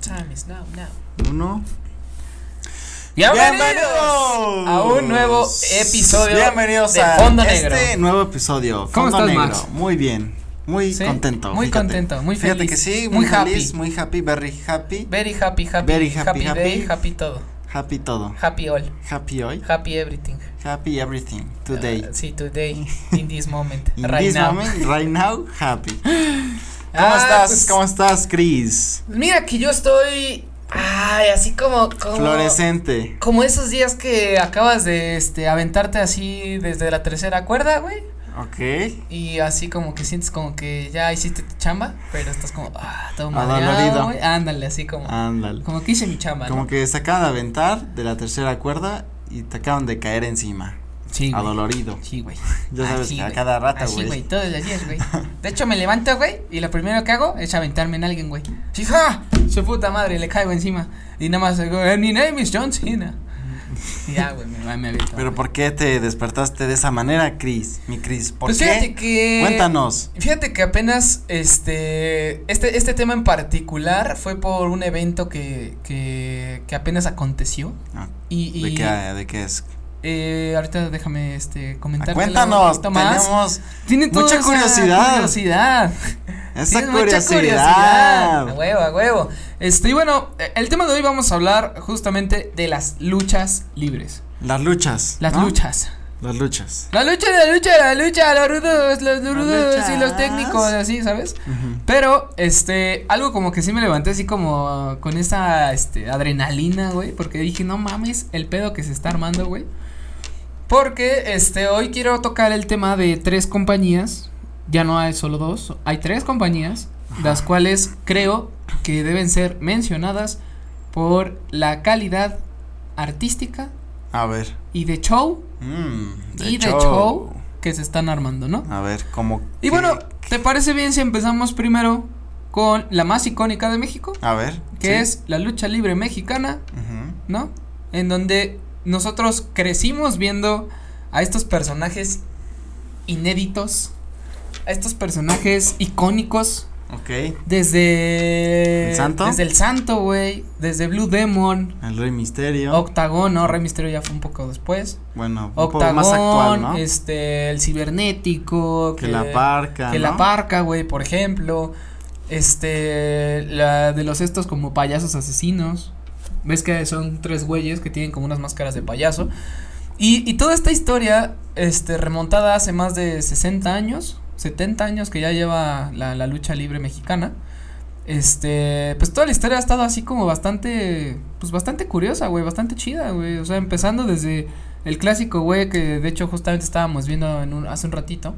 time is now, now. Uno. Bienvenidos, a un nuevo episodio Bienvenidos de a Fondo este Negro. nuevo episodio. ¿Cómo estás, Fondo Negro. Max? Muy bien. Muy Sí, contento. muy fíjate. contento, muy Fíjate feliz, que sí, muy, muy happy. feliz, muy happy, very happy. Very happy, happy, Very happy, happy day, happy. happy todo, Happy todo. happy all, Happy hoy. happy everything. Happy everything. Today. Uh, sí, today, in this moment, In right this now. moment, right now, happy. ¿Cómo Ah, estás? pues, ¿Cómo estás, Chris? Mira que yo estoy, ay, así como, como Florescente. como esos días que acabas de este aventarte así desde la tercera cuerda, güey, Ok. y así como que sientes como que ya hiciste tu chamba, pero estás como ah, todo Adolorido. madreado, güey. Ándale, así como Ándale. como que hice mi chamba, Como ¿no? que se acaban de aventar de la tercera cuerda y te acaban de caer encima. Sí, güey. Adolorido. Sí, güey. Ya sabes Así, que a güey. cada rata, Así, güey, güey. todos los días, güey. De hecho, me levanto, güey, y lo primero que hago es aventarme en alguien, güey. Sí, ¡ja! Su puta madre, le caigo encima. Y nada más digo, "Eh, mi name is John Cena. Y ya, güey, me, me aviento. Pero güey. ¿por qué te despertaste de esa manera, Chris? Mi Chris, ¿por Pues fíjate qué? que. Cuéntanos. Fíjate que apenas este, este, este tema en particular fue por un evento que, que, que apenas aconteció. Ah, Y, y, ¿De qué, de qué es? eh, ahorita déjame este, Ah, comentar. Cuéntanos, tenemos Tiene toda mucha esa curiosidad. curiosidad. esa Tienes mucha curiosidad. curiosidad. Ah, A huevo, a huevo. Este, y bueno, eh, el tema de hoy vamos a hablar justamente de las luchas libres. Las luchas. Las ¿no? luchas. Las luchas. La lucha, la lucha, la lucha, los rudos, los rudos y los luchas. técnicos, así, ¿sabes? Ujú. Pero, este, algo como que sí me levanté así como con esa, este, adrenalina, güey, porque dije, no mames, el pedo que se está armando, güey. Porque, este, hoy quiero tocar el tema de tres compañías, ya no hay solo dos, hay tres compañías, las cuales creo que deben ser mencionadas por la calidad artística A ver. y de show Mm, y de show que se están armando, ¿no? A ver, como. Y que- bueno, ¿te parece bien si empezamos primero con la más icónica de México? A ver. Que sí. es la lucha libre mexicana, Ujú. ¿no? En donde nosotros crecimos viendo a estos personajes inéditos, a estos personajes icónicos, Ok. desde... ¿El Santo? Desde el Santo, güey, desde Blue Demon, El Rey Misterio. Octagón, no, Rey Misterio ya fue un poco después. bueno, un poco Octagón, más actual, ¿no? este, el cibernético, que la parca. que la ¿no? parca, güey, por ejemplo. Este, la de los estos como payasos asesinos. Ves que son tres güeyes que tienen como unas máscaras de payaso. Y, y toda esta historia, este, remontada hace más de 60 años, 70 años que ya lleva la, la lucha libre mexicana. Este, pues toda la historia ha estado así como bastante, pues bastante curiosa, güey, bastante chida, güey. O sea, empezando desde el clásico, güey, que de hecho justamente estábamos viendo en un- hace un ratito.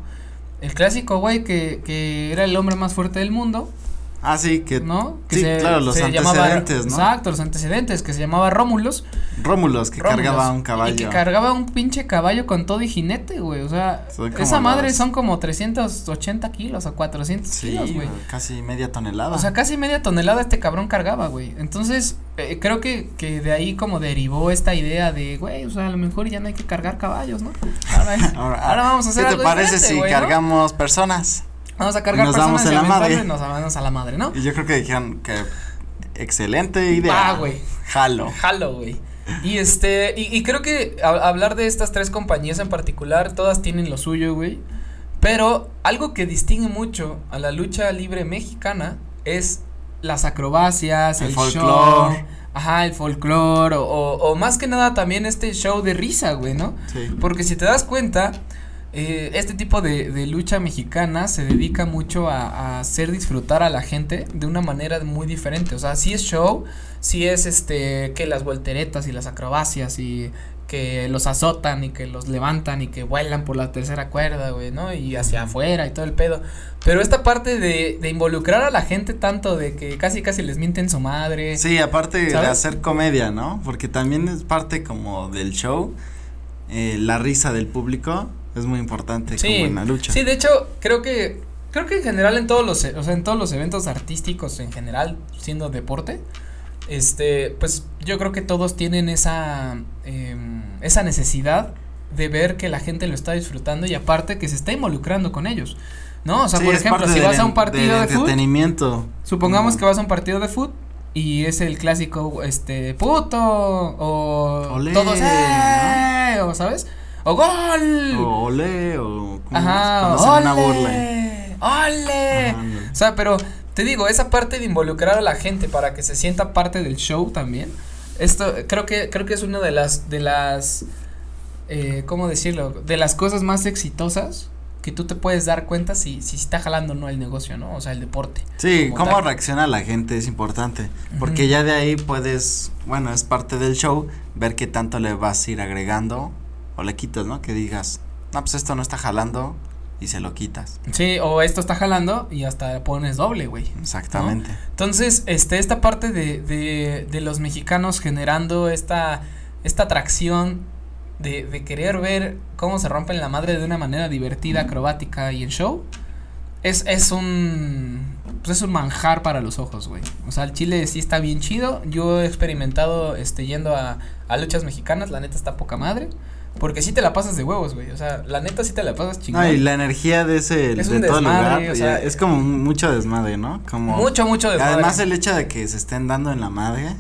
El clásico, güey, que, que era el hombre más fuerte del mundo, Ah, sí, que. ¿no? Que sí, claro, los llamaba- antecedentes, ¿no? Exacto, los antecedentes, que se llamaba Rómulos. Rómulos, que Rómulos, cargaba un Y que caballo. cargaba un pinche caballo con todo y jinete, güey. O sea, Son como esa madre los- son como 380 kilos o 400 sí, kilos, güey. casi media tonelada. O sea, casi media tonelada este cabrón cargaba, güey. Entonces, eh, creo que, que de ahí como derivó esta idea de, güey, o sea, a lo mejor ya no hay que cargar caballos, ¿no? Ahora, Ahora- ah, ahora vamos a hacer ¿Qué te algo parece diferente, si güey, ¿no? cargamos personas? Vamos a cargar nos personas damos y en la aventarnos madre? y nos vamos a la madre, ¿no? Y yo creo que dijeron que excelente idea. Ah, güey. Jalo. Jalo, güey. Y este, y, y creo que ha- hablar de estas tres compañías en particular, todas tienen lo suyo, güey. Pero algo que distingue mucho a la lucha libre mexicana es las acrobacias, El el, folclore. show, ajá, el folclore, o, o- o más que nada también este show de risa, güey, ¿no? Sí. Porque si te das cuenta, eh, este tipo de, de lucha mexicana se dedica mucho a, a hacer disfrutar a la gente de una manera muy diferente. O sea, si es show, si es este que las volteretas y las acrobacias y que los azotan y que los levantan y que vuelan por la tercera cuerda, güey, ¿no? Y hacia afuera y todo el pedo. Pero esta parte de, de involucrar a la gente tanto de que casi casi les mienten su madre. Sí, aparte de ¿Sabes? hacer comedia, ¿no? Porque también es parte como del show. eh, la risa del público es muy importante como en la lucha. Sí, de hecho, creo que creo que en general en todos los, e- o sea, en todos los eventos artísticos en general, siendo deporte, este, pues yo creo que todos tienen esa em, esa necesidad de ver que la gente lo está disfrutando y aparte que se está involucrando con ellos. ¿No? O sea, Sí, por es ejemplo, parte si del vas a en- un partido del de fútbol, entretenimiento. supongamos Mm. que vas a un partido de fútbol Y es el clásico, este, puto, o Olé, todos, ¡eh! ¿no? o ¿sabes? O gol. O ole, o como Ajá, es, ole, una burla. Ole. Ajá, o sea, pero te digo, esa parte de involucrar a la gente para que se sienta parte del show también. Esto creo que creo que es una de las de las eh, ¿cómo decirlo? De las cosas más exitosas que tú te puedes dar cuenta si, si está jalando o no el negocio, ¿no? O sea, el deporte. Sí, cómo tal. reacciona la gente es importante, porque uh -huh. ya de ahí puedes, bueno, es parte del show, ver qué tanto le vas a ir agregando o le quitas, ¿no? Que digas, no, pues esto no está jalando y se lo quitas. Sí, o esto está jalando y hasta pones doble, güey. Exactamente. ¿no? Entonces, este, esta parte de, de, de los mexicanos generando esta, esta atracción de, de, querer ver cómo se rompen la madre de una manera divertida, acrobática y en show, es, es un. Pues es un manjar para los ojos, güey. O sea, el chile sí está bien chido. Yo he experimentado este, yendo a, a luchas mexicanas, la neta está poca madre. Porque sí te la pasas de huevos, güey. O sea, la neta sí te la pasas chingón. No, y la energía de ese. Es de un todo desmadre, lugar, o sea, es como mucho desmadre, ¿no? Como. Mucho, mucho desmadre. Además, el hecho de que se estén dando en la madre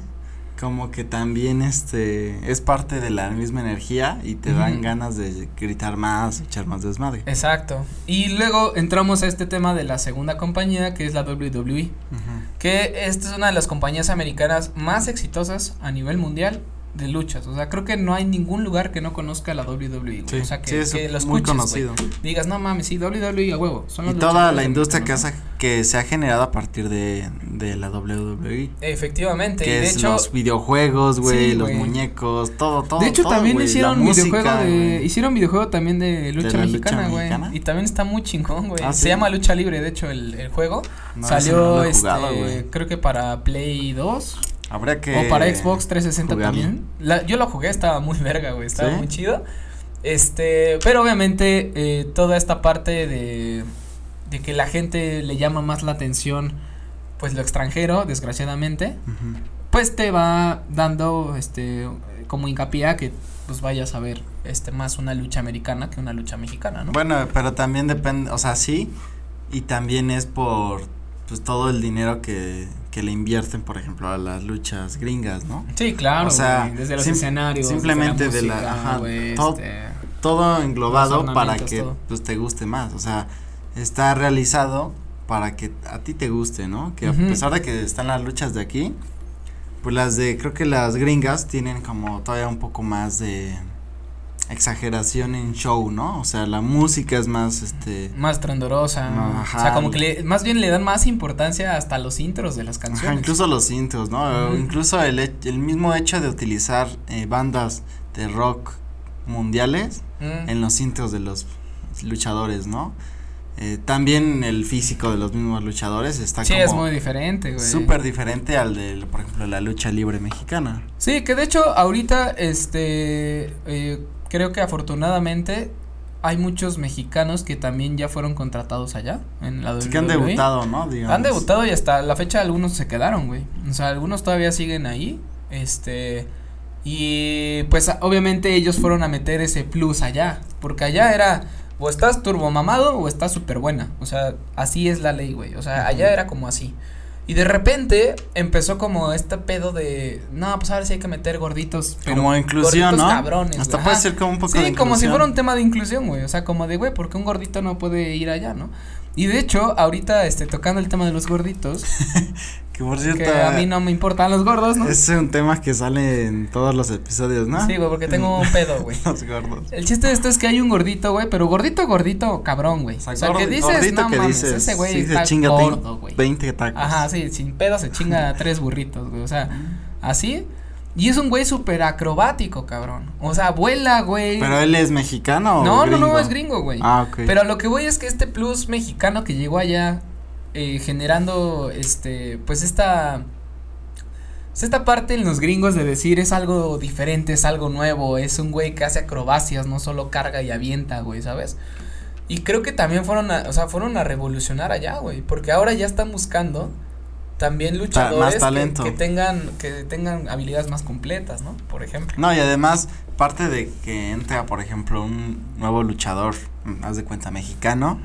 como que también este es parte de la misma energía y te dan uh -huh. ganas de gritar más, echar más desmadre. Exacto. Y luego entramos a este tema de la segunda compañía que es la WWE, uh -huh. que esta es una de las compañías americanas más exitosas a nivel mundial de luchas, o sea, creo que no hay ningún lugar que no conozca la WWE, sí, o sea, que, sí, es que los muy escuches, conocido. Wey, digas, no mames, sí, WWE a huevo, son Y toda la industria que, hace, que se ha generado a partir de, de la WWE. Efectivamente, que y es de hecho. Los videojuegos, güey, sí, los wey. muñecos, todo, todo. De hecho, todo, también wey, hicieron videojuego de, hicieron videojuego también de lucha de mexicana, güey, y también está muy chingón, güey, ah, se llama Lucha Libre, de hecho, el, el juego, no, salió, no jugado, este, creo que para Play 2, Habrá que. O para Xbox 360 jugarlo. también. La, yo lo jugué, estaba muy verga, güey. Estaba ¿Sí? muy chido. Este. Pero obviamente, eh, toda esta parte de. De que la gente le llama más la atención. Pues lo extranjero, desgraciadamente. Uh -huh. Pues te va dando. Este. Como hincapié a que pues vayas a ver este más una lucha americana que una lucha mexicana, ¿no? Bueno, pero también depende, o sea, sí, y también es por pues todo el dinero que, que, le invierten, por ejemplo, a las luchas gringas, ¿no? Sí, claro. O sea, wey, desde los sim escenarios. Simplemente desde la música, de la... Ajá, wey, todo, este, todo, englobado para que todo. pues te guste más. O sea, está realizado para que a ti te guste, ¿no? Que uh -huh. a pesar de que están las luchas de aquí, pues las de, creo que las gringas tienen como todavía un poco más de exageración en show, ¿no? O sea, la música es más, este... Más trendorosa. No, ajá, o sea, como que le, más bien le dan más importancia hasta los intros de las canciones. Ajá, incluso los intros, ¿no? Uh -huh. Incluso el, el mismo hecho de utilizar eh, bandas de rock mundiales uh -huh. en los intros de los luchadores, ¿no? Eh, también el físico de los mismos luchadores está sí, como es muy diferente, güey. Súper diferente al de, por ejemplo, la lucha libre mexicana. Sí, que de hecho ahorita, este, eh, creo que afortunadamente hay muchos mexicanos que también ya fueron contratados allá en la E. sí, que han debutado, ¿no? Digamos. Han debutado y hasta la fecha algunos se quedaron, güey. O sea, algunos todavía siguen ahí. Este y pues obviamente ellos fueron a meter ese plus allá, porque allá era o estás turbomamado o estás súper buena. O sea, así es la ley, güey. O sea, allá era como así. Y de repente empezó como este pedo de, no, pues ahora sí hay que meter gorditos, pero como inclusión, gorditos ¿no? cabrones. Hasta puede ser como un poco sí, de como si fuera un tema de inclusión, güey, o sea, como de, güey, ¿por qué un gordito no puede ir allá, no? Y de hecho, ahorita este tocando el tema de los gorditos, que por cierto que a mí no me importan los gordos, ¿no? Es un tema que sale en todos los episodios, ¿no? Sí, güey, porque tengo un pedo, güey. los gordos. El chiste de esto es que hay un gordito, güey, pero gordito, gordito, cabrón, güey. O sea, o sea gordi, que dices, no que mames, dices, ese güey sí, está se chinga gordo, güey. 20 tacos. Ajá, sí sin pedo se chinga tres burritos, güey. O sea, así. Y es un güey súper acrobático, cabrón. O sea, vuela, güey. ¿Pero él es mexicano o No, gringo? no, no, es gringo, güey. Ah, ok. Pero lo que voy es que este plus mexicano que llegó allá eh, generando, este, pues esta... pues Esta parte en los gringos de decir es algo diferente, es algo nuevo, es un güey que hace acrobacias, no solo carga y avienta, güey, ¿sabes? Y creo que también fueron a, o sea, fueron a revolucionar allá, güey, porque ahora ya están buscando también luchadores más talento. Que, que, tengan que tengan habilidades más completas, ¿no? Por ejemplo. No, y además parte de que entra, por ejemplo, un nuevo luchador, haz de cuenta mexicano,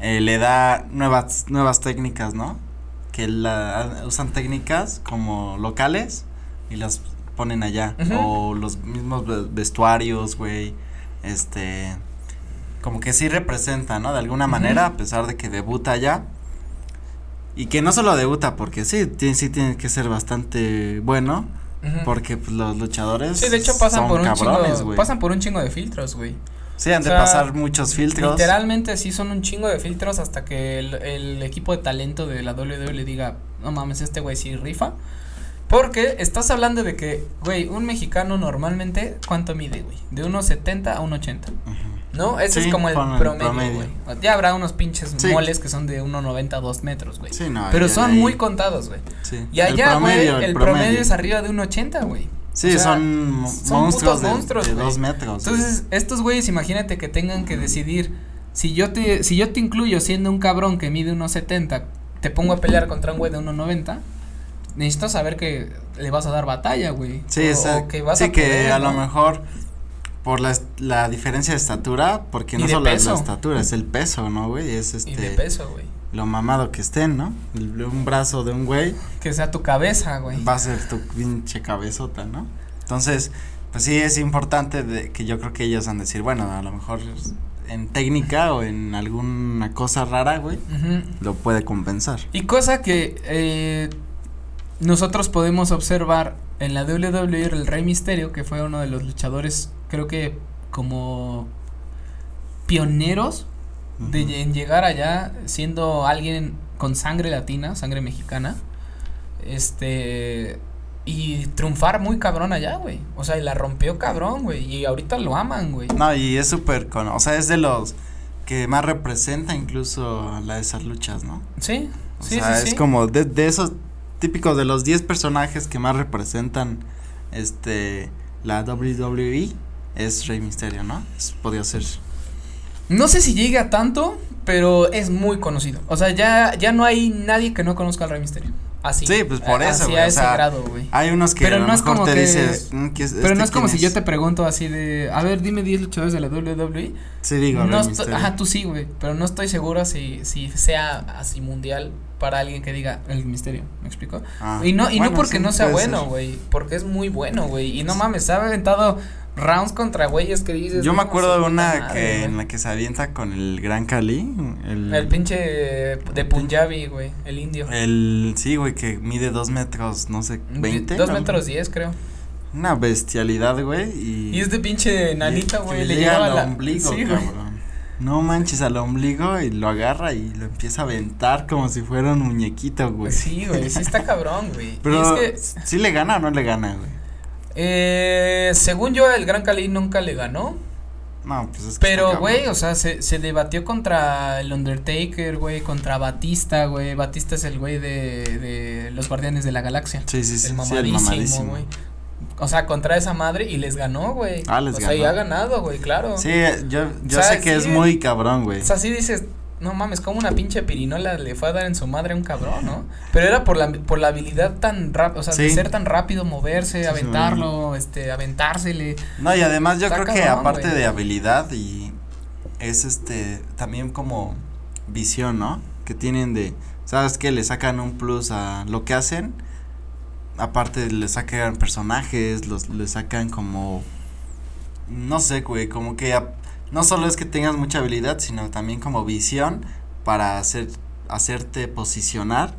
eh, le da nuevas nuevas técnicas, ¿no? que la, usan técnicas como locales y las ponen allá. Uh -huh. O los mismos vestuarios, güey. Este. Como que sí representa, ¿no? De alguna uh -huh. manera, a pesar de que debuta allá. Y que no solo debuta, porque sí, tiene, sí tiene que ser bastante bueno. Uh -huh. Porque pues, los luchadores. Sí, de hecho pasan son por un cabrones, chingo. Wey. Pasan por un chingo de filtros, güey. Sí, han o sea, de pasar muchos filtros. Literalmente sí son un chingo de filtros hasta que el, el equipo de talento de la WWE le diga, no mames, este güey sí rifa. Porque estás hablando de que, güey, un mexicano normalmente, ¿cuánto mide, güey? De unos 70 a un 80. Uh -huh. ¿No? Ese sí, es como el promedio, güey. Ya habrá unos pinches sí. moles que son de 1,90 a 2 metros, güey. Sí, no, Pero son ahí. muy contados, güey. Sí. Y allá, güey, el, el, promedio es arriba de 1,80, güey. Sí, o sea, son, son, monstruos, de, monstruos de dos metros. Entonces, estos güeyes, imagínate que tengan que decidir si yo te si yo te incluyo siendo un cabrón que mide 1.70, te pongo a pelear contra un güey de 1.90. Necesito saber que le vas a dar batalla, güey. Sí, o, esa, o que vas sí a poder, que a ¿no? lo mejor por la, la, diferencia de estatura, porque no solo peso? es la estatura, es el peso, ¿no, güey? Es este y de peso, güey lo mamado que estén, ¿no? El, un brazo de un güey. Que sea tu cabeza, güey. Va a ser tu pinche cabezota, ¿no? Entonces, pues sí es importante de, que yo creo que ellos han de decir, bueno, a lo mejor en técnica o en alguna cosa rara, güey, uh -huh. lo puede compensar. Y cosa que eh, nosotros podemos observar en la WWE, el Rey Misterio, que fue uno de los luchadores, creo que como pioneros de uh -huh. en llegar allá siendo alguien con sangre latina, sangre mexicana, este y triunfar muy cabrón allá, güey. O sea, y la rompió cabrón, güey, y ahorita lo aman, güey. No, y es súper con, o sea, es de los que más representa incluso la de esas luchas, ¿no? Sí. O sí, sea, sí, es sí. como de, de esos típicos de los 10 personajes que más representan este la WWE es Rey Misterio, ¿no? Es, podría ser no sé si llega tanto, pero es muy conocido. O sea, ya, ya no hay nadie que no conozca al Rey Misterio. Así. Sí, pues por eso. Así a ese sea, ah, grado, güey. Hay unos que pero no es como te que, dices. Mm, es, pero este no es como es? si yo te pregunto así de. A ver, dime 10 luchadores de la WWE. Sí, digo, no Rey estoy, Ajá, tú sí, güey. Pero no estoy segura si, si sea así mundial para alguien que diga el misterio, ¿me explico? Ah, y no, y bueno, no porque sí, no sea bueno, güey, porque es muy bueno, güey, y no mames, se ha aventado rounds contra güeyes que dices. Yo me acuerdo de una nada, que, wey. en la que se avienta con el Gran Cali. El, el pinche de Punjabi, güey, el indio. Eh, El, sí, güey, que mide dos metros, no sé, veinte. Dos ¿no? metros diez, creo. Una bestialidad, güey, y. Y es de pinche nanita, güey, le, llega al la... ombligo, sí, cabrón. No manches al ombligo y lo agarra y lo empieza a aventar como si fuera un muñequito, güey. Sí, güey, sí está cabrón, güey. Pero y es que... ¿sí le gana o no le gana, güey? Eh, según yo, el Gran Cali nunca le ganó. No, pues es que Pero, güey, o sea, se, se debatió contra el Undertaker, güey, contra Batista, güey. Batista es el güey de, de los Guardianes de la Galaxia. Sí, sí, sí. El mamadísimo, güey. Sí, o sea, contra esa madre y les ganó, güey. Ah, les o ganó. sea, y ha ganado, güey, claro. Sí, yo, yo o sea, sé que sí, es muy cabrón, güey. O sea, sí dices, no mames, como una pinche pirinola le fue a dar en su madre a un cabrón, ¿no? Pero era por la, por la habilidad tan rápida, o sea, sí. de ser tan rápido, moverse, sí, aventarlo, este, aventársele. No, y además yo creo cabrón, que aparte güey. de habilidad y es este, también como visión, ¿no? Que tienen de, ¿sabes qué? Le sacan un plus a lo que hacen aparte le sacan personajes, los le sacan como no sé, güey, como que a, no solo es que tengas mucha habilidad, sino también como visión para hacer hacerte posicionar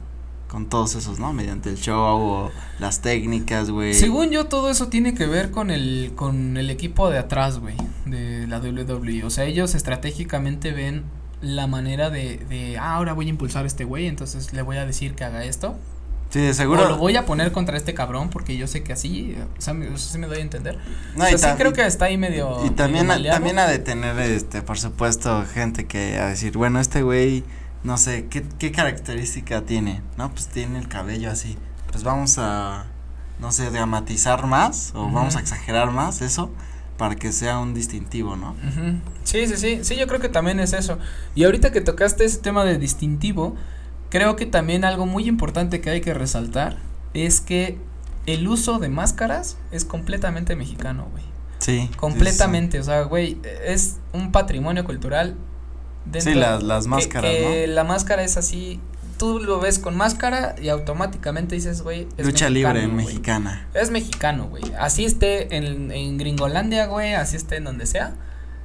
con todos esos, ¿no? Mediante el show o las técnicas, güey. Según yo todo eso tiene que ver con el con el equipo de atrás, güey, de la WWE. O sea, ellos estratégicamente ven la manera de, de ah, ahora voy a impulsar a este güey, entonces le voy a decir que haga esto. Sí, de seguro. O lo voy a poner contra este cabrón porque yo sé que así, o sea, me, se me doy a entender. No, o sea, sí creo que está ahí medio. Y también, medio a, también ha de tener, este, por supuesto, gente que a decir, bueno, este güey, no sé, ¿qué, ¿qué característica tiene? No, pues tiene el cabello así. Pues vamos a, no sé, dramatizar más o uh -huh. vamos a exagerar más eso para que sea un distintivo, ¿no? Uh -huh. Sí, sí, sí, sí, yo creo que también es eso. Y ahorita que tocaste ese tema de distintivo, Creo que también algo muy importante que hay que resaltar es que el uso de máscaras es completamente mexicano, güey. Sí. Completamente, sí, sí. o sea, güey, es un patrimonio cultural. Dentro sí, las, las máscaras. Que, que ¿no? La máscara es así tú lo ves con máscara y automáticamente dices, güey. Lucha libre wey. mexicana. Es mexicano, güey. Así esté en, en Gringolandia, güey, así esté en donde sea.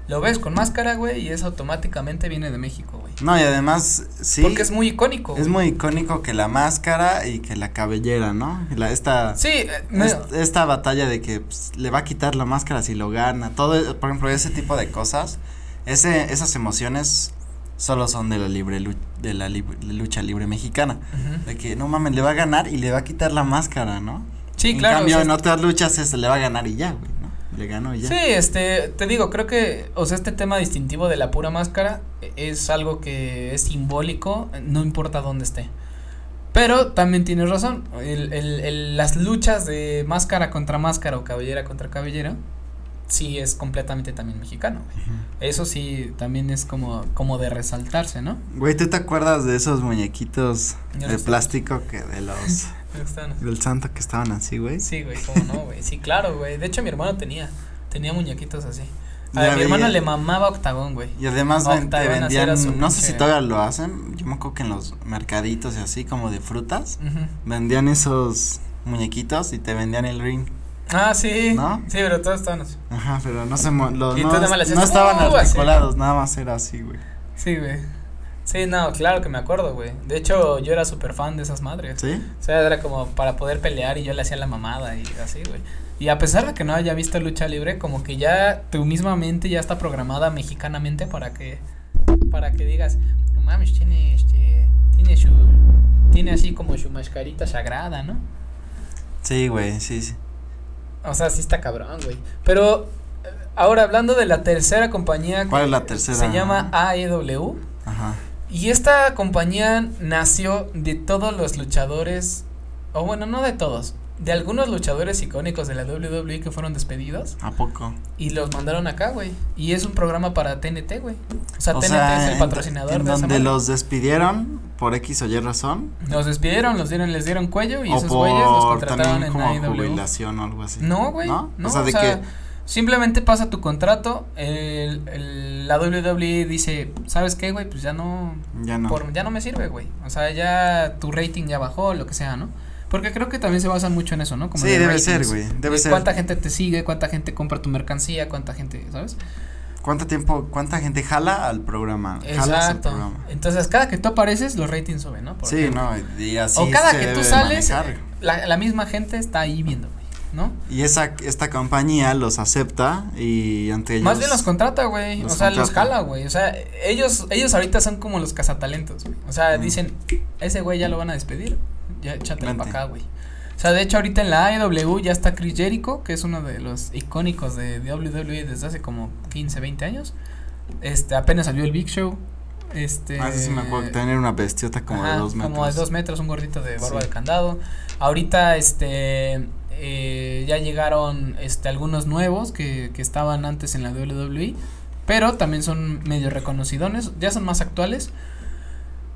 Lo ves con máscara, güey, y es automáticamente viene de México, güey. No, y además, sí. Porque es muy icónico. Es muy icónico que la máscara y que la cabellera, ¿no? La, esta. Sí. Eh, est, no. esta batalla de que pues, le va a quitar la máscara si lo gana, todo, por ejemplo, ese tipo de cosas, ese, esas emociones solo son de la libre de la lib lucha libre mexicana, uh -huh. de que no mames, le va a ganar y le va a quitar la máscara, ¿no? Sí, en claro. En cambio, o sea, en otras luchas se le va a ganar y ya, güey, ¿no? le ganó ya. Sí, este, te digo, creo que, o sea, este tema distintivo de la pura máscara es algo que es simbólico, no importa dónde esté. Pero también tienes razón, el, el, el, las luchas de máscara contra máscara o cabellera contra cabellera, sí es completamente también mexicano. Güey. Uh -huh. Eso sí, también es como, como de resaltarse, ¿no? Güey, ¿tú te acuerdas de esos muñequitos Yo de plástico que de los... Del santo que estaban así, güey. Sí, güey, cómo no, güey. Sí, claro, güey. De hecho, mi hermano tenía, tenía muñequitos así. A ver, mi hermano le mamaba octagón, güey. Y además ven, te vendían, no sé si todavía lo hacen, yo me acuerdo que en los mercaditos y así, como de frutas, uh -huh. vendían esos muñequitos y te vendían el ring. Ah, sí. ¿No? Sí, pero todos estaban así. Ajá, pero no se, mo los, no, no estaban uh, articulados, así. nada más era así, güey. Sí, güey. Sí, no, claro que me acuerdo, güey. De hecho, yo era súper fan de esas madres. ¿Sí? O sea, era como para poder pelear y yo le hacía la mamada y así, güey. Y a pesar de que no haya visto lucha libre, como que ya tu misma mente ya está programada mexicanamente para que, para que digas, no mames, tiene, este, tiene su, tiene así como su mascarita sagrada, ¿no? Sí, güey, sí, sí. O sea, sí está cabrón, güey. Pero, eh, ahora hablando de la tercera compañía. ¿Cuál es la tercera? Se llama E AEW. Ajá. Y esta compañía nació de todos los luchadores, o bueno, no de todos, de algunos luchadores icónicos de la WWE que fueron despedidos. ¿A poco? Y los mandaron acá, güey. Y es un programa para TNT, güey. O sea, o TNT sea, es el patrocinador en de donde esa los despidieron por X o Y razón. Los despidieron, los dieron, les dieron cuello y o esos güeyes los contrataron en E como AEW. jubilación o algo así. No, güey. ¿No? ¿No? o sea, de o sea, que Simplemente pasa tu contrato, el, el, la WWE dice, ¿sabes qué, güey? Pues ya no, ya no, por, ya no me sirve, güey. O sea, ya tu rating ya bajó, lo que sea, ¿no? Porque creo que también se basan mucho en eso, ¿no? Como sí, de debe ratings, ser, güey, debe de ser. Cuánta gente te sigue, cuánta gente compra tu mercancía, cuánta gente, ¿sabes? ¿Cuánto tiempo, cuánta gente jala al programa? Exacto. Al programa. Entonces, cada que tú apareces, los ratings suben, ¿no? Por sí, ejemplo. no, y así O cada se que debe tú sales, eh, la, la misma gente está ahí viendo, güey. ¿no? Y esa, esta compañía los acepta y ante ellos. Más bien los contrata, güey. O sea, contrata. los jala, güey. O sea, ellos, ellos ahorita son como los cazatalentos, güey. O sea, mm. dicen, ese güey ya lo van a despedir. Ya échatelo para acá, güey. O sea, de hecho, ahorita en la AEW ya está Chris Jericho, que es uno de los icónicos de WWE desde hace como 15, 20 años. Este, apenas salió el Big Show. Este. Ah, sí me acuerdo, tener una bestiota como ajá, de dos metros. Como de dos metros, un gordito de barba sí. de candado. Ahorita, este. Eh, ya llegaron este, algunos nuevos que, que, estaban antes en la WWE, pero también son medio reconocidones, ya son más actuales.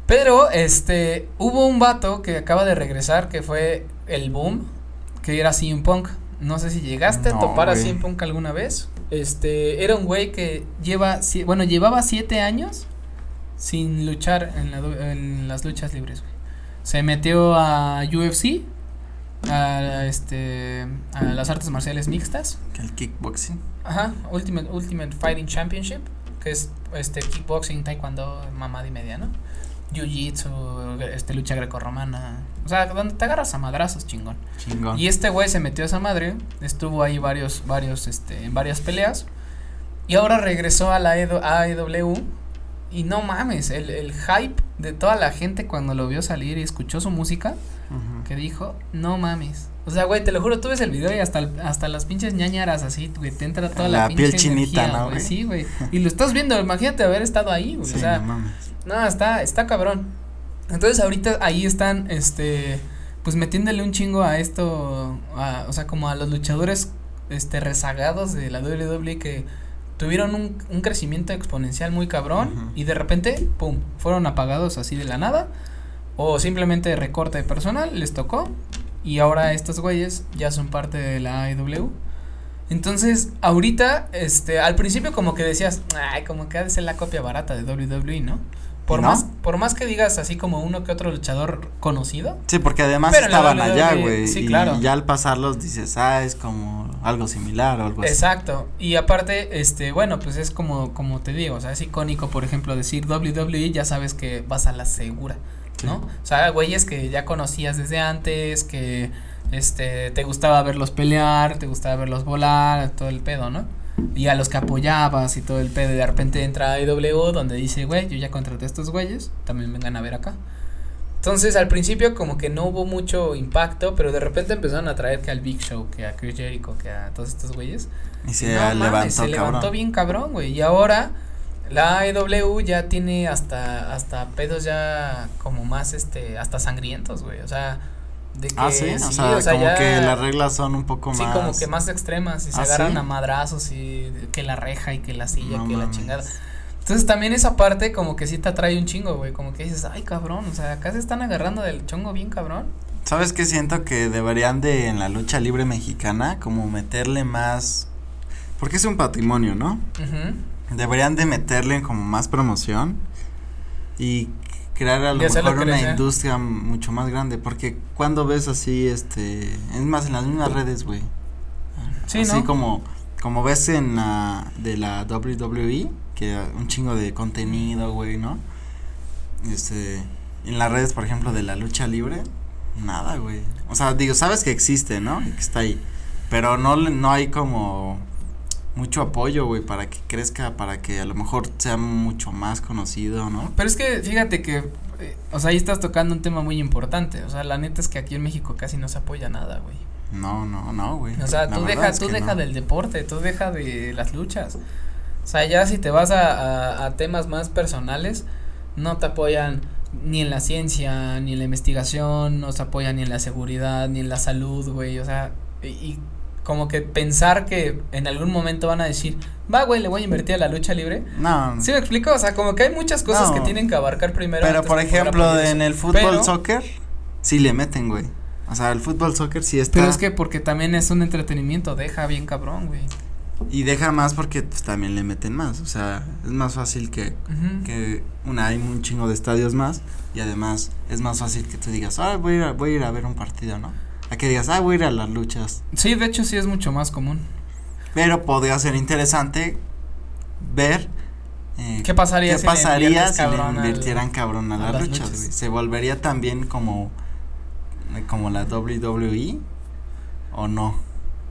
Pero este hubo un vato que acaba de regresar que fue el boom, que era CM Punk. No sé si llegaste no, a topar wey. a CM Punk alguna vez. Este era un güey que lleva bueno, llevaba siete años sin luchar en, la, en las luchas libres. Wey. Se metió a UFC, a este a las artes marciales mixtas. El kickboxing. Ajá, Ultimate Ultimate Fighting Championship, que es este kickboxing, taekwondo, mamada y media, ¿no? Jiu-jitsu, este lucha grecorromana. O sea, donde te agarras a madrazos, chingón. Chingón. Y este güey se metió a esa madre, estuvo ahí varios varios este en varias peleas y ahora regresó a la AEW y no mames, el, el hype de toda la gente cuando lo vio salir y escuchó su música, uh -huh. que dijo, no mames. O sea, güey, te lo juro, tú ves el video y hasta, hasta las pinches ñañaras así, güey, te entra toda la, la piel energía, chinita, ¿no, güey? Sí, güey. Y lo estás viendo, imagínate haber estado ahí, güey. Sí, o sea, no, mames. no, está, está cabrón. Entonces ahorita ahí están, este, pues metiéndole un chingo a esto, a, o sea, como a los luchadores, este, rezagados de la WWE que tuvieron un, un, crecimiento exponencial muy cabrón uh -huh. y de repente, pum, fueron apagados así de la nada o simplemente recorte de personal, les tocó y ahora estos güeyes ya son parte de la AEW. Entonces, ahorita, este, al principio como que decías, ay, como que ha de ser la copia barata de WWE, ¿no? E", Por, ¿No? Más, por más que digas así como uno que otro luchador conocido. Sí, porque además estaban allá, E, güey. Sí, y, claro. Y ya al pasarlos dices, ah, es como algo similar o algo Exacto. así. Exacto. Y aparte, este, bueno, pues es como, como te digo, o sea, es icónico, por ejemplo, decir WWE, ya sabes que vas a la segura, sí. ¿no? O sea, güeyes que ya conocías desde antes, que este, te gustaba verlos pelear, te gustaba verlos volar, todo el pedo, ¿no? Y a los que apoyabas y todo el pedo, y de repente entra AEW donde dice, güey, yo ya contraté a estos güeyes, también vengan a ver acá. Entonces al principio como que no hubo mucho impacto, pero de repente empezaron a traer que al Big Show, que a Chris Jericho, que a todos estos güeyes. Y, y se, no, levantó, mames, se levantó bien cabrón, güey. Y ahora la AEW ya tiene hasta, hasta pedos ya como más, este, hasta sangrientos, güey. O sea, de que, ah, sí, o sí, sea, o sea como ya, que las reglas son un poco sí, más. Sí, como que más extremas y se ¿Ah, agarran a madrazos y que la reja y que la silla, no que mames. la chingada. Entonces también esa parte como que sí te atrae un chingo, güey, como que dices, ay cabrón, o sea, acá se están agarrando del chongo bien cabrón. ¿Sabes qué siento que deberían de en la lucha libre mexicana como meterle más, porque es un patrimonio, ¿no? Uh -huh. Deberían de meterle como más promoción y crear a lo mejor lo una creer. industria mucho más grande, porque cuando ves así, este, es más en las mismas redes, güey. Sí, así ¿no? como, como ves en la, de la WWE, que un chingo de contenido, güey, ¿no? Este, en las redes, por ejemplo, de la lucha libre, nada, güey. O sea, digo, sabes que existe, ¿no? Que está ahí, pero no, no hay como mucho apoyo, güey, para que crezca, para que a lo mejor sea mucho más conocido, ¿no? Pero es que fíjate que, eh, o sea, ahí estás tocando un tema muy importante, o sea, la neta es que aquí en México casi no se apoya nada, güey. No, no, no, güey. O sea, tú deja, tú deja no. del deporte, tú deja de las luchas. O sea, ya si te vas a, a, a temas más personales, no te apoyan ni en la ciencia, ni en la investigación, no se apoyan ni en la seguridad, ni en la salud, güey, o sea, y, y como que pensar que en algún momento van a decir, va, güey, le voy a invertir a la lucha libre. No. ¿Sí me explico? O sea, como que hay muchas cosas no, que tienen que abarcar primero. Pero, por ejemplo, en el fútbol pero, soccer, sí le meten, güey. O sea, el fútbol soccer sí está. Pero es que porque también es un entretenimiento, deja bien cabrón, güey. Y deja más porque pues, también le meten más, o sea, es más fácil que, uh -huh. que una, hay un chingo de estadios más y además es más fácil que tú digas, ah, voy a ir a, voy a, ir a ver un partido, ¿no? a que digas, ah, voy a ir a las luchas. Sí, de hecho sí es mucho más común. Pero podría ser interesante ver eh, qué pasaría, qué si, pasaría le si le invirtieran cabrón a, a las, las, luchas. luchas. Se volvería también como eh, como la WWE o no.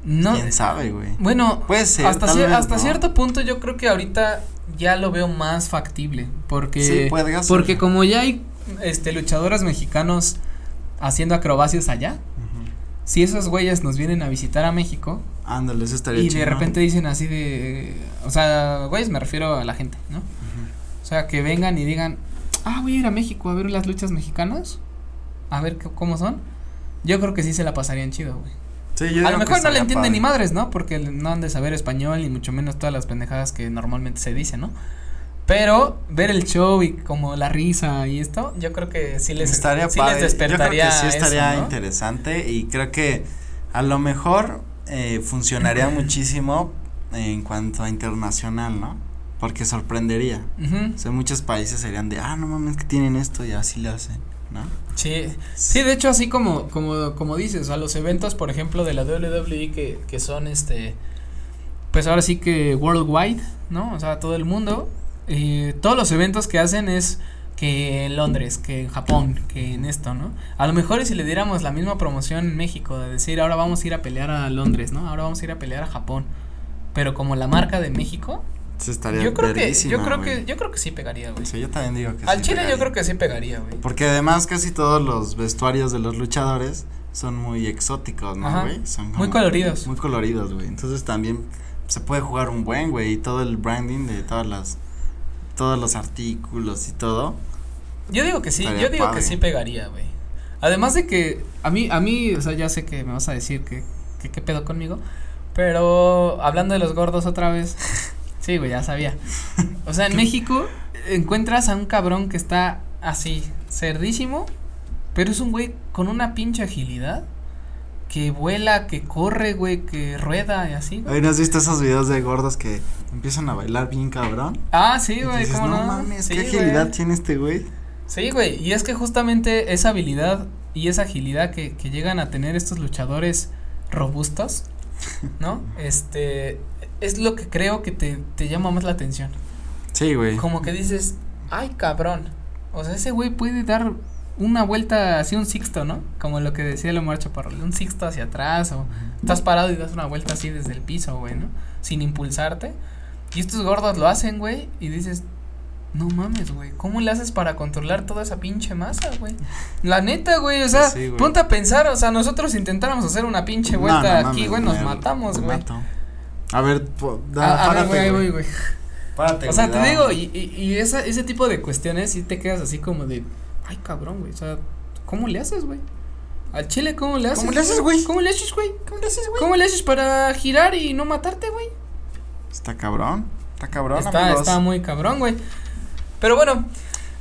No. ¿Quién sabe, güey? Bueno, puede ser. Hasta, cier hasta no. cierto punto yo creo que ahorita ya lo veo más factible porque sí, puede porque como ya hay este luchadoras mexicanos haciendo acrobacias allá si esos güeyes nos vienen a visitar a México. Ándale, eso estaría Y chino. de repente dicen así de. O sea, güeyes, me refiero a la gente, ¿no? Uh -huh. O sea, que vengan y digan, ah, voy a ir a México a ver las luchas mexicanas, a ver qué, cómo son. Yo creo que sí se la pasarían chido, güey. Sí, yo a lo mejor no le entienden ni madres, ¿no? Porque no han de saber español y mucho menos todas las pendejadas que normalmente se dicen, ¿no? Pero ver el show y como la risa y esto, yo creo que sí les, estaría sí padre. les despertaría. Yo creo que sí estaría eso, ¿no? interesante y creo que a lo mejor eh, funcionaría uh -huh. muchísimo en cuanto a internacional, ¿no? Porque sorprendería. Uh -huh. O sea, muchos países serían de, ah, no mames, que tienen esto y así lo hacen, ¿no? Sí, sí, de hecho, así como, como, como dices, a los eventos, por ejemplo, de la WWE que, que son este, pues ahora sí que worldwide, ¿no? O sea, todo el mundo. Eh, todos los eventos que hacen es que en Londres, que en Japón, que en esto, ¿no? A lo mejor si le diéramos la misma promoción en México, de decir, ahora vamos a ir a pelear a Londres, ¿no? Ahora vamos a ir a pelear a Japón. Pero como la marca de México, Se estaría yo creo que yo creo wey. que yo creo que sí pegaría, güey. Sí, yo también digo que Al sí Chile pegaría. yo creo que sí pegaría, güey. Porque además casi todos los vestuarios de los luchadores son muy exóticos, ¿no, güey? Son muy coloridos. Muy coloridos, güey. Entonces también se puede jugar un buen, güey, y todo el branding de todas las todos los artículos y todo. Yo digo que sí, yo digo padre. que sí pegaría, güey. Además de que a mí, a mí, o sea, ya sé que me vas a decir que, que, que pedo conmigo, pero hablando de los gordos otra vez, sí, güey, ya sabía. O sea, en México encuentras a un cabrón que está así, cerdísimo, pero es un güey con una pinche agilidad que vuela, que corre, güey, que rueda y así. Güey. ¿No has visto esos videos de gordos que empiezan a bailar bien cabrón? Ah, sí, güey, ¿cómo no? no mames, sí, qué agilidad güey. tiene este güey. Sí, güey, y es que justamente esa habilidad y esa agilidad que, que llegan a tener estos luchadores robustos, ¿no? Este, es lo que creo que te, te llama más la atención. Sí, güey. Como que dices, ay, cabrón, o sea, ese güey puede dar una vuelta así, un sixto, ¿no? Como lo que decía Lomar Chaparro, un sixto hacia atrás o estás parado y das una vuelta así desde el piso, güey, ¿no? Sin impulsarte. Y estos gordos lo hacen, güey, y dices, no mames, güey, ¿cómo le haces para controlar toda esa pinche masa, güey? La neta, güey, o sea, Pues sí, ponte a pensar, o sea, nosotros intentáramos hacer una pinche vuelta no, no, aquí, güey, nos matamos, güey. A ver, da, a, a párate, ver, güey, ahí voy, güey. Párate, o sea, cuidado. te digo, y, y, y esa, ese tipo de cuestiones sí te quedas así como de, ay, cabrón, güey, o sea, ¿cómo le haces, güey? Al chile, ¿cómo le haces? ¿Cómo le haces, güey? ¿Cómo le haces, güey? ¿Cómo le haces, güey? ¿Cómo le haces para girar y no matarte, güey? Está cabrón, está cabrón, está, amigos. Está muy cabrón, güey. Pero bueno.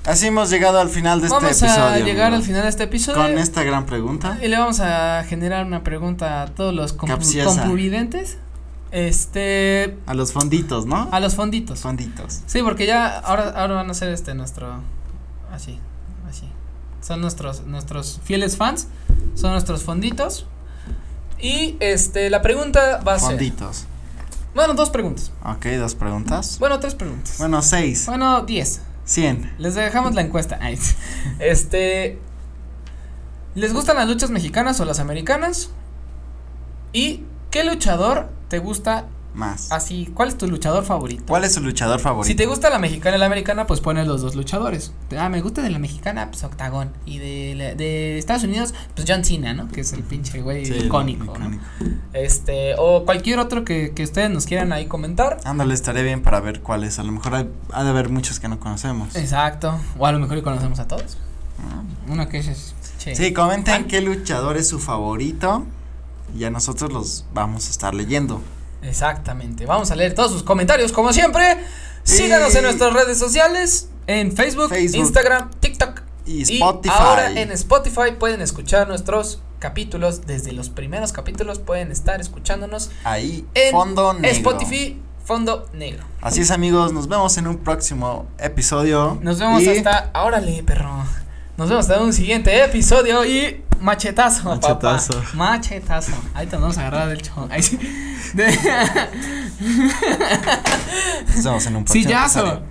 Así hemos llegado al final de vamos este episodio. Vamos a llegar amigos. al final de este episodio. Con esta gran pregunta. Y le vamos a generar una pregunta a todos los concubividentes. Este. A los fonditos, ¿no? A los fonditos. Fonditos. Sí, porque ya ahora, ahora van a ser este nuestro. Así, así. Son nuestros, nuestros fieles fans. Son nuestros fonditos. Y este, la pregunta va a fonditos. ser. Fonditos. Bueno, dos preguntas. Ok, dos preguntas. Bueno, tres preguntas. Bueno, seis. Bueno, diez. Cien. Les dejamos la encuesta. Este. ¿Les gustan las luchas mexicanas o las americanas? ¿Y qué luchador te gusta más? Así, ¿cuál es tu luchador favorito? ¿Cuál es tu luchador favorito? Ah, Si te gusta la mexicana y la americana, pues pones los dos luchadores. Ah, me gusta de la mexicana, pues Octagón. Y de, la, de Estados Unidos, pues John Cena, ¿no? Que es el pinche güey sí, icónico. ¿no? Este, o cualquier otro que, que ustedes nos quieran ahí comentar. Ándale, estaré bien para ver cuáles. A lo mejor hay, ha de haber muchos que no conocemos. Exacto. O a lo mejor conocemos a todos. Ah. Uno que es. Che. Sí, comenten Ay. qué luchador es su favorito y a nosotros los vamos a estar leyendo. Exactamente, vamos a leer todos sus comentarios como siempre. Síganos y... en nuestras redes sociales, en Facebook, Facebook Instagram, TikTok y Spotify. Y ahora en Spotify pueden escuchar nuestros capítulos, desde los primeros capítulos pueden estar escuchándonos ahí en fondo negro. Spotify fondo negro. Así es amigos, nos vemos en un próximo episodio. Nos vemos y... hasta, órale perro, nos vemos hasta un siguiente episodio y... Machetazo, Machetazo. Papá. Machetazo. Ahí te vamos a agarrar del chon. Ahí sí. Estamos en un Sillazo.